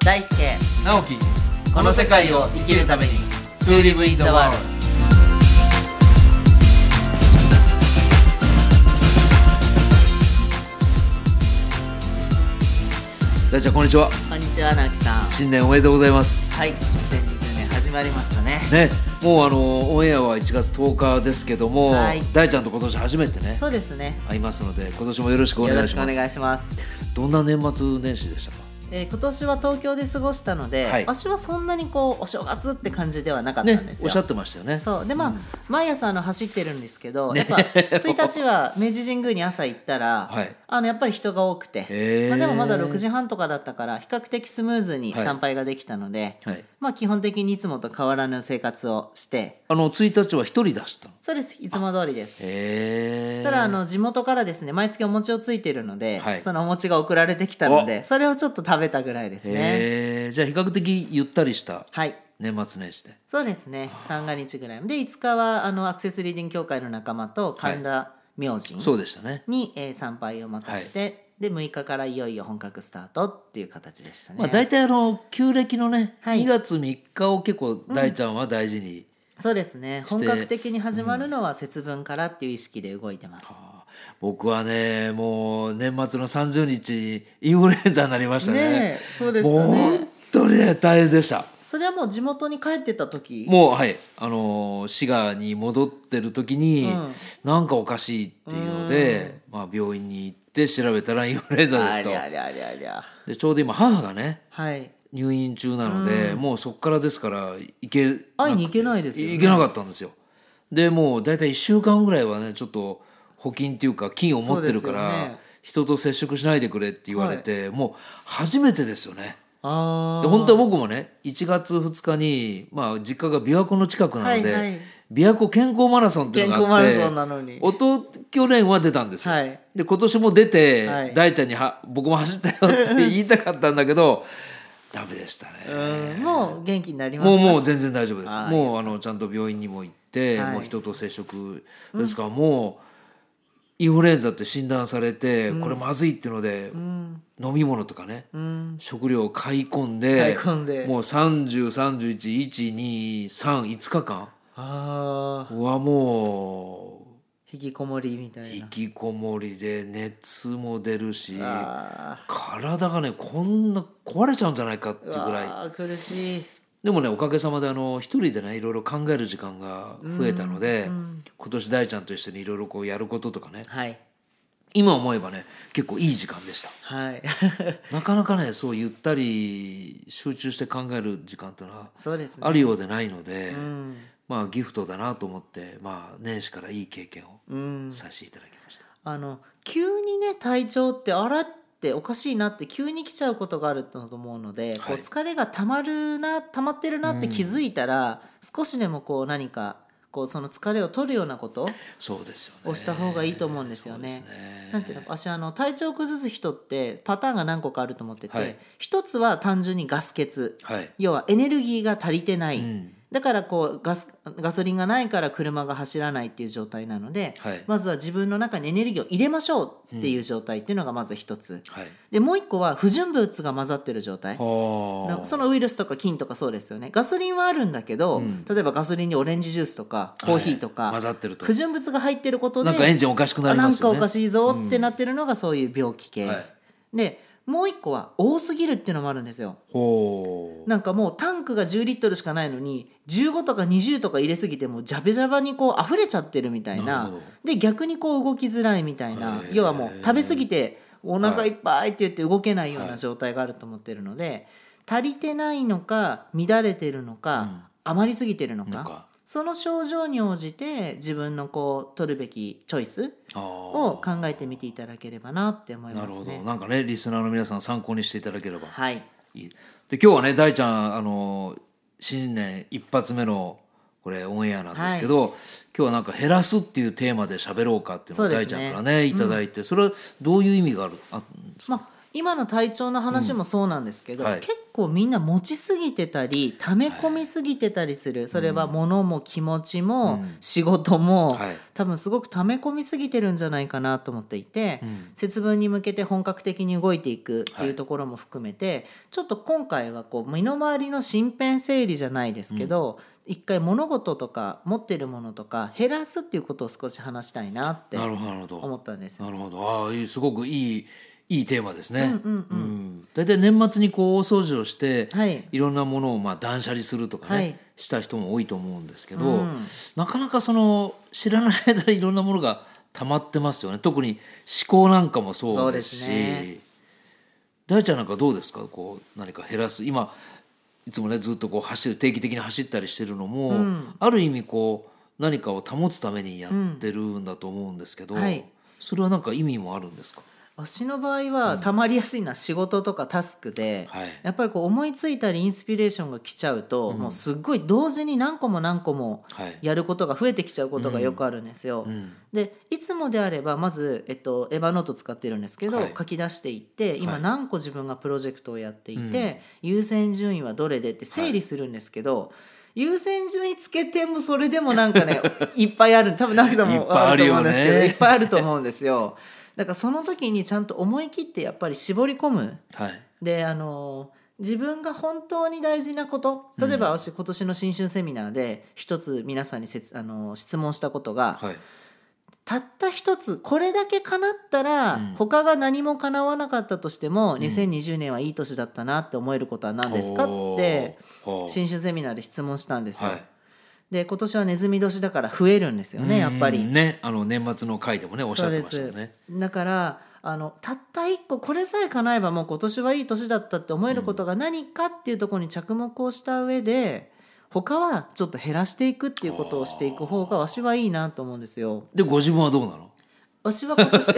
大輔直樹この世界を生きるために To live in the world 大ちゃんこんにちはこんにちは直樹さん新年おめでとうございますはい2020年始まりましたねねもうあのオンエアは1月10日ですけども、はい大ちゃんと今年初めてねそうですね会いますので今年もよろしくおよ願ろいししくおます願いします、どんな年末年始でしたかえー今年は東京で過ごしたので、はい私はそんなにこうお正月って感じではなかったんねですおよ、っしゃってましたよねそうでまあ、毎朝あの走ってるんですけど、やっぱ1日は明治神宮に朝行ったら、はいあのやっぱり人が多くて、へーまあ、でもまだ6時半とかだったから比較的スムーズに参拝ができたので、はいまあ、基本的にいつもと変わらぬ生活をしてあの1日は一人出したのそうですいつも通りですへえただあの地元からですね毎月お餅をついているので、はいそのお餅が送られてきたのでそれをちょっと食べたぐらいですねへえじゃあ比較的ゆったりしたはい年末年始でそうですね三が日ぐらいで5日はあのアクセスリーディング協会の仲間と神田明神、そうでしたね、に、えー参拝をまたして、で6日からいよいよ本格スタートっていう形でしたね、まあ、大体あの旧暦のね、はい2月3日を結構大ちゃんは大事に、そうですねして本格的に始まるのは節分からっていう意識で動いてます、あー僕はねもう年末の30日にインフルエンザになりましたねねえそうでしもたうね本当にね大変でしたそれはもう地元に帰ってた時もうはいあのー滋賀に戻ってる時に、うんなんかおかしいっていうので、まあ、病院に行って調べたらインフルエンザであすとりゃりゃりゃりゃでちょうど今母がねはい入院中なので、もうそこからですから行けなくて会いに行けないですよね行けなかったんですよでもう大体1週間ぐらいはねちょっと補菌っていうか菌を持ってそうでるかすら、よね人と接触しないでくれって言われて、もう初めてですよねあで本当は僕もね1月2日に、まあ、実家が琵琶湖の近くなので、はいはい琵琶湖健康マラソンっていう健の康がマあっラてソンなのにおと去年は出たんですよ、はいで今年も出て、はい大ちゃんには「僕も走ったよ」って言いたかったんだけどダメでしたね、うんもう元気になりまもうすもう全然大丈夫ですあーもうあのちゃんと病院にも行って、はいもう人と接触ですから、もうインフルエンザって診断されて、これまずいっていうので、飲み物とかね、食料を買い込んで買い込んでもう3031123 5日間ああはもう引きこもりみたい引なきこもりで熱も出るしあ体がねこんな壊れちゃうんじゃないかっていうーぐらいあー苦しいでもねおかげさまであの一人でねいろいろ考える時間が増えたので、今年大ちゃんと一緒にいろいろこうやることとかねはい今思えばね結構いい時間でしたはい なかなかねそうゆったり集中して考える時間ってのはそうですねあるようでないので、うんまあギフトだなと思ってまあ年始からいい経験うんをさせていただきました、あの急にね体調ってあらっておかしいなって急に来ちゃうことがあると思うので、こはうい疲れがたまるなたまってるなって気づいたら、少しでもこう何かこうその疲れを取るようなことそうですよねをした方がいいと思うんですよね。なんていうの私あの体調を崩す人ってパターンが何個かあると思ってて、はい一つは単純にガス欠はい要はエネルギーが足りてない、んだからこうガスガソリンがないから車が走らないっていう状態なので、はいまずは自分の中にエネルギーを入れましょうっていう状態っていうのがまず一つ、はいでもう一個は不純物が混ざってる状態はなそのウイルスとか菌とかそうですよねガソリンはあるんだけど、例えばガソリンにオレンジジュースとかコーヒーとか、はい混ざってると不純物が入ってることでなんかエンジンおかしくなありなまんすかよおねかしいぞってなってるのがそういう病気系、はいでもう一個は多すぎるっていうのもあるんですよほうなんかもうタンクが10リットルしかないのに15とか20とか入れすぎてもうジャバジャバにこう溢れちゃってるみたいなるなほどで逆にこう動きづらいみたいなへー要はもう食べ過ぎてお腹いっぱいって言って動けないような状態があると思ってるので、足りてないのか乱れてるのか、余りすぎてるのなんかかその症状に応じて自分のこう取るべきチョイスあをー考えてみていただければなって思いなまるすほど、ね。なんかねリスナーの皆さん参考にしていただければはい、いいで今日はね大ちゃんあの新年一発目のこれオンエアなんですけど、今日はなんか減らすっていうテーマで喋ろうかっていうのそうをで大すちねゃんからねいただいて、それはどういう意味があるあまあ、今の体調の話もそうなんですけど、うんはい結構みんな持ちすぎてたり溜め込みすぎてたりする、それは物も気持ちも、うん仕事も、はい多分すごく溜め込みすぎてるんじゃないかなと思っていて、うん節分に向けて本格的に動いていくっていうところも含めて、ちょっと今回はこう身の回りの身辺整理じゃないですけど、一回物事とか持ってるものとか減らすっていうことを少し話したいなってなるほどなるほど思ったんです。なるほどああいいすごくいいいいテーマですね。うんうんうんん大体年末にこう大掃除をして、はいろんなものをまあ断捨離するとかね、はいした人も多いと思うんですけど、うんなかなかその知らない間にいろんなものが溜まってますよね特に思考なんかもそうですしそうですね大ちゃんなんかどうですかこう何か減らす今いつもねずっとこう走る定期的に走ったりしてるのも、ある意味こう何かを保つためにやってるんだと思うんですけど、うんはいそれはなんか意味もあるんですか私の場合はたまりやすいのは仕事とかタスクで、はいやっぱりこう思いついたりインスピレーションが来ちゃうと、もうすっごい同時に何個も何個もはいやることが増えてきちゃうことがよくあるんですよ。んでいつもであればまず、えっと、エヴァノート使ってるんですけど、はい書き出していっては今い何個自分がプロジェクトをやっていて、優先順位はどれでって整理するんですけど。優先順位つけてもそれでもなんか ねいっぱいある多分直樹さんも分かると思うんですけいどいっぱいあるよねっぱいあると思うんですよだからその時にちゃんと思い切ってやっぱり絞り込むはいであの自分が本当に大事なこと例えば私今年の新春セミナーで一つ皆さんにせつあの質問したことが、はいたった一つこれだけ叶ったら、うん他が何も叶わなかったとしても、2020年はいい年だったなって思えることは何ですかってほう新春セミナーで質問したんですよ。はいで今年はネズミ年だから増えるんですよねやっぱり。うんねあの年末の回でもねおっしゃってましたよねだからあのたった一個これさえ叶えばもう今年はいい年だったって思えることが何かっていうところに着目をした上で他はちょっと減らしていくっていうことをしていく方がわしはいいなと思うんですよ。でご自分はどうなのわしは今年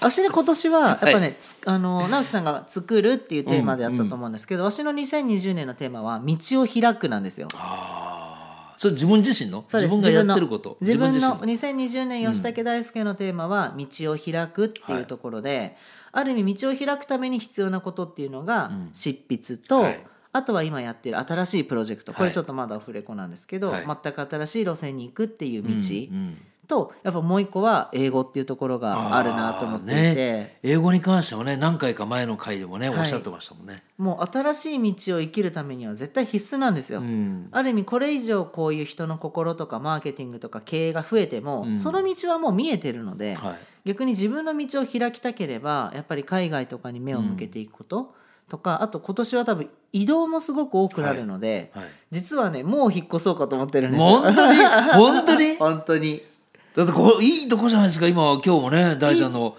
わしね今年はやっぱね、つあの直樹さんが「作る」っていうテーマであったと思うんですけど、わしの2020年のテーマは「道を開く」なんですよ。ああそれ自分自身のそうで自す分がやってること自分の自身2020年吉武大輔のテーマは「道を開く」っていうところで、ある意味道を開くために必要なことっていうのが執筆と、はいあとは今やってる新しいプロジェクトこれちょっとまだオフレコなんですけど、はい全く新しい路線に行くっていう道、うんうんとやっぱもう一個は英語っていうところがあるなと思っていて。あーね英語に関してはね何回か前の回でもねおっしゃってましたもんね、もう新しい道を生きるためには絶対必須なんですよ、うんある意味これ以上こういう人の心とかマーケティングとか経営が増えても、うんその道はもう見えてるので、はい逆に自分の道を開きたければやっぱり海外とかに目を向けていくこととか、あと今年は多分移動もすごく多くなるので、はい実はねもう引っ越そうかと思ってるんですよ本 当に本当に本当にだってこれいいとこじゃないですか今今日もね大ちゃ んの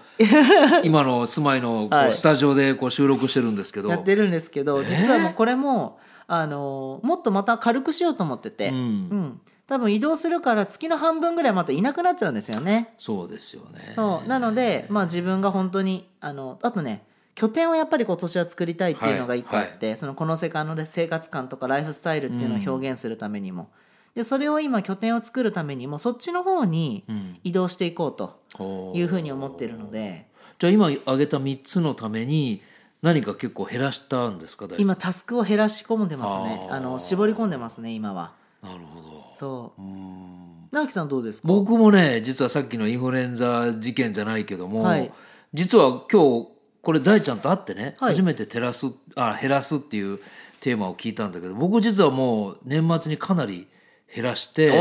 今の住まいのこはういスタジオでこう収録してるんですけど、やってるんですけど、実はもうこれもあのもっとまた軽くしようと思ってて、うんうん、多分移動するから月の半分ぐらいまたいなくなっちゃうんですよね。そうですよねそうなので、まあ、自分が本当にあのあとね拠点をやっぱり今年は作りたいっていうのが一個あって、そのこの世界のね生活感とかライフスタイルっていうのを表現するためにも、でそれを今拠点を作るためにもそっちの方にうん移動していこうとほういうふうに思ってるのでじゃあ今挙げた3つのために何か結構減らしたんですか大ちゃん今タスクを減らし込んでますねあーあの絞り込んでますね今は。なるほどそううーん直樹さんどうですか僕もね実はさっきのインフルエンザ事件じゃないけども、はい実は今日これ大ちゃんと会ってね、はい初めて照らすあ減らすっていうテーマを聞いたんだけど僕実はもう年末にかなり減らしてお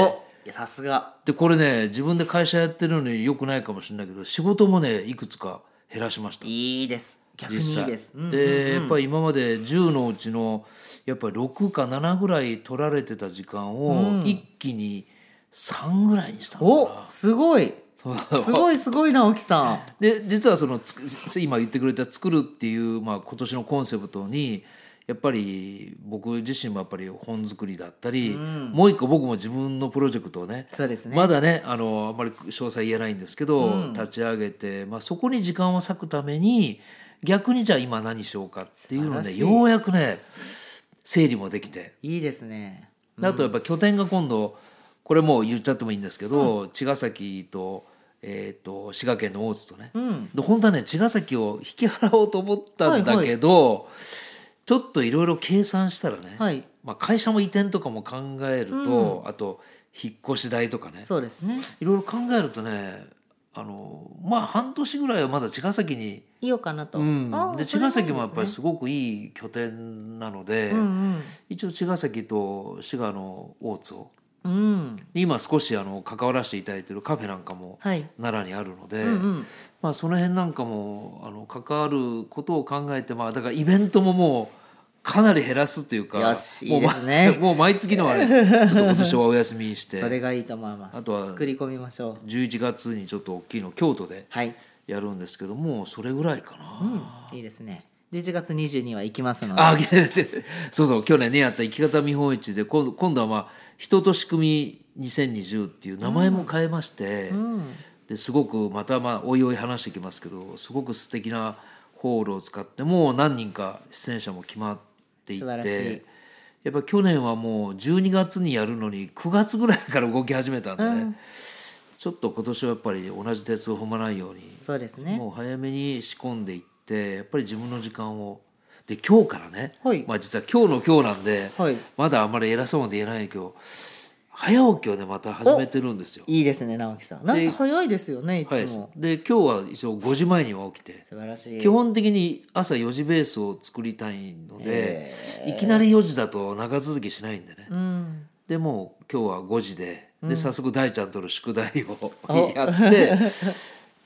いやさすがでこれね自分で会社やってるのによくないかもしれないけど仕事もねいくつか減らしました。いいです逆に実いい際です、うんでやっぱり今まで10のうちのやっぱり6か7ぐらい取られてた時間を一気に3ぐらいにしたのかなおすご いすごいすごい直樹さんで実はそのつく今言ってくれた「作る」っていう、まあ、今年のコンセプトにやっぱり僕自身もやっぱり本作りだったり、もう一個僕も自分のプロジェクトをねそうですねまだねあのあんまり詳細言えないんですけど、立ち上げて、まあ、そこに時間を割くために逆にじゃあ今何しようかっていうの素晴らしでいようやくね整理もできていいですねであとやっぱ拠点が今度これもう言っちゃってもいいんですけど、茅ヶ崎とえー、と滋賀県の大津とね、うんで本当はね茅ヶ崎を引き払おうと思ったんだけど、ちょっといろいろ計算したらね、はいまあ、会社も移転とかも考えると、あと引っ越し代とかねそうですねいろいろ考えるとねあのまあ半年ぐらいはまだ茅ヶ崎に、いいよかなと、うんあーでそれ茅はいいですヶね崎もやっぱりすごくいい拠点なので、うん一応茅ヶ崎と滋賀の大津をうんうん今少しあの関わらせていただいてるカフェなんかもはい奈良にあるので、うんうんまあ、その辺なんかもあの関わることを考えて、まあ、だからイベントももうかなり減らすというかよしもういいまですねもう毎月の あれちょっと今年はお休みにしてそれがいいと思いますあとは作り込みましょう11月にちょっと大きいの京都ではい、やるんですけどもうそれぐらいかな。うん、いいですね11月22は行きますのであ そうそう去年ねやった生き方見本市で今度今度はまあ「人と仕組み2020」っていう名前も変えまして、ですごくまたまあおいおい話してきますけどすごく素敵なホールを使ってもう何人か出演者も決まってい素晴らっしいてやっぱ去年はもう12月にやるのに9月ぐらいから動き始めたんで、ちょっと今年はやっぱり同じ鉄を踏まないようにそうですねもう早めに仕込んでいってやっぱり自分の時間をで今日からね、はいまあ、実は今日の今日なんで、はいまだあんまり偉そうなんで言えないけど早起きをねまた始めてるんですよ。いいですね直樹さん直樹さん早いですよねいつも、はい、で今日は一応5時前には起きて素晴らしい基本的に朝4時ベースを作りたいので、いきなり4時だと長続きしないんでね。うんでもう今日は5時でで早速大ちゃんとの宿題を やって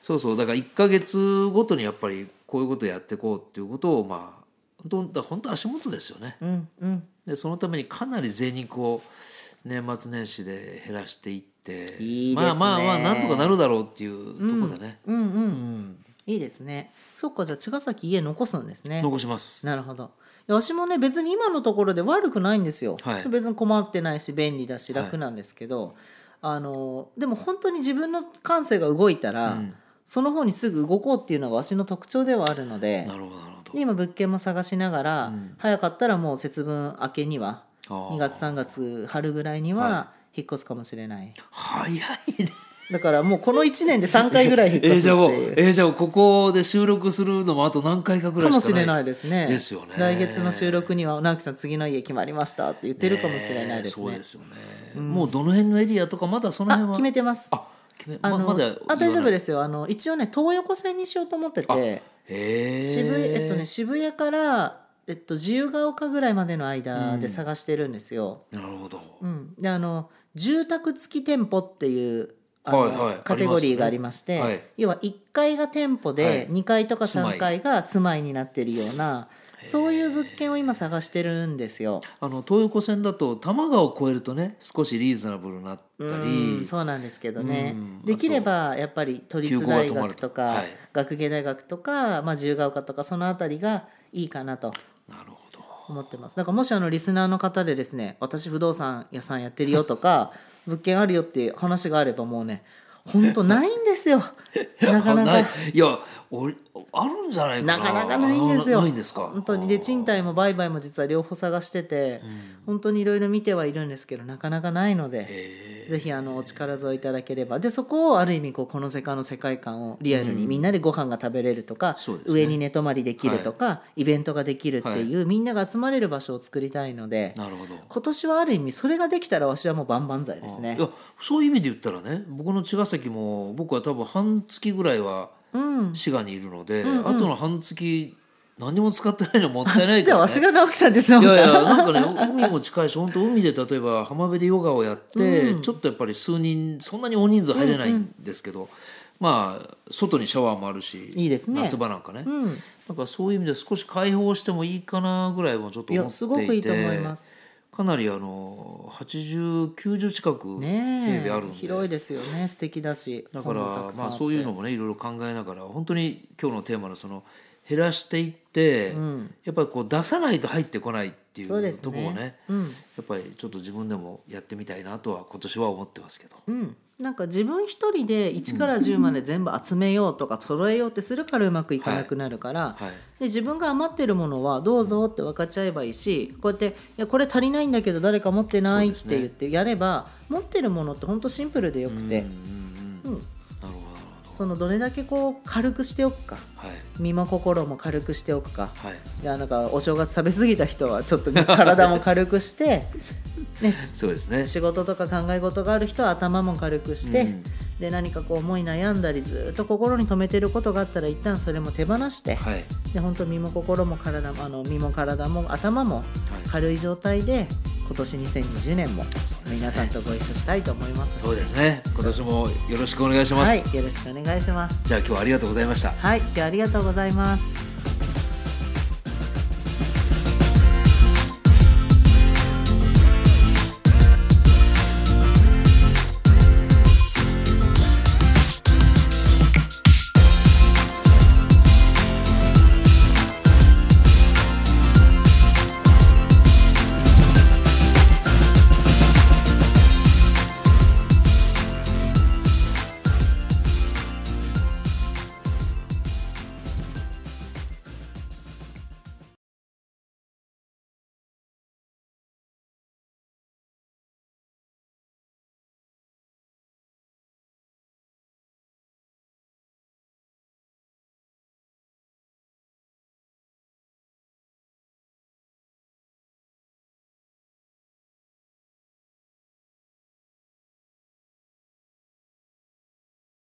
そうそうだから1か月ごとにやっぱりこういうことやっていこうっていうことをまあ本当本当足元ですよねうんうんでそのためにかなり贅肉を年末年始で減らしていっていいですねまあまあまあなんとかなるだろうっていうところでね、うんうん、いいですねそっかじゃあ茅ヶ崎家残すんですね残しますなるほどいや私もね別に今のところで悪くないんですよ、はい別に困ってないし便利だし楽なんですけど、あのでも本当に自分の感性が動いたら、その方にすぐ動こうっていうのが私の特徴ではあるのでなるほどなるほで今物件も探しながら、早かったらもう節分明けにはあー2月3月春ぐらいには引っ越すかもしれないど早いねだからもうこの1年で3回ぐらい引っえ越ーすじゃっあてもういう。えーじゃあここで収録するのもあと何回かぐらかいしかもないしれないですね。ですよね来月の収録には直樹さん次の家決まりましたって言ってるかもしれないですね。そうですよね、もうどの辺のエリアとかまだそのあ辺は決めてます。あ決めあの、ままだあ大丈夫ですよ。あの一応ね東横線にしようと思ってて、へえ渋谷えっとね渋谷からえっと自由が丘ぐらいまでの間で探してるんですよ。なるほど、うん。であの住宅付き店舗っていう。あのはいはいカテゴリーがありましてありますねはい要は1階が店舗はでい2階とか住ま3い階が住まいになってるようなそういう物件を今探してるんですよ。あの東横線だと多摩川を越えるとね少しリーズナブルになったり、うん、そうなんですけどねうんできればやっぱり都立大学とか、急行が止まるとはい学芸大学とか、まあ、自由が丘とかそのあたりがいいかなとなるほど思ってますだからもしあのリスナーの方でですね私不動産屋さんやってるよと か物件あるよっていう話があればもうね本当ないん ですよなかないか。いや俺あるんじゃないかななかなかないんですよ。あないんですか本当にで賃貸も売買も実は両方探してて、本当にいろいろ見てはいるんですけどなかなかないので、へぜひあのお力添えいただければでそこをある意味こうこの世界の世界観をリアルにみんなでご飯が食べれるとか、そうですね上に寝泊まりできるとか、イベントができるっていう、みんなが集まれる場所を作りたいのでえなるほど今年はある意味それができたらわしはもう万々歳ですねい。やそういう意味で言ったらね僕の茅ヶ崎も僕は多分半月ぐらいはうん、滋賀にいるので、あとの半月何も使ってないのもったいないじかゃあら、わねし、が直樹さんですもんいかやいやなんかね海も近いし本当海で例えば浜辺でヨガをやって、ちょっとやっぱり数人そんなに大人数入れないんですけど、まあ外にシャワーもあるしいいですね夏場なんかね、うん、なんかそういう意味で少し開放してもいいかなぐらいもちょっとい思やっていてすごくいいと思います。かなりあの8090近く平ね米あるんえで、広いですよね素敵だしだから本もたくさんまあってそういうのもねいろいろ考えながら本当に今日のテーマのその減らしていって、やっぱりこう出さないと入ってこないっていそうでうすねところをねうんやっぱりちょっと自分でもやってみたいなとは今年は思ってますけど。うん、なんか自分一人で1から10まで全部集めようとか揃えようってするからうまくいかなくなるから、はいで自分が余ってるものはどうぞって分かっちゃえばいいしこうやっていやこれ足りないんだけど誰か持ってないって言ってやれば、持ってるものって本当シンプルでよくて、うんうんうんうんなるほどなるほそのどれだけこう軽くしておくかはい身も心も軽くしておくかはいいやなんかお正月食べ過ぎた人はちょっと 体も軽くして、ね、しそうですね仕事とか考え事がある人は頭も軽くして、うんで何かこう思い悩んだりずっと心に留めてることがあったら一旦それも手放して、はいはいで本当身も心も体もあの身も体も頭も軽い状態で今年2020年もそうですね皆さんとご一緒したいと思いますそうですね今年もよろしくお願いします、はいよろしくお願いしますじゃあ今日はありがとうございましたはい今日はありがとうございます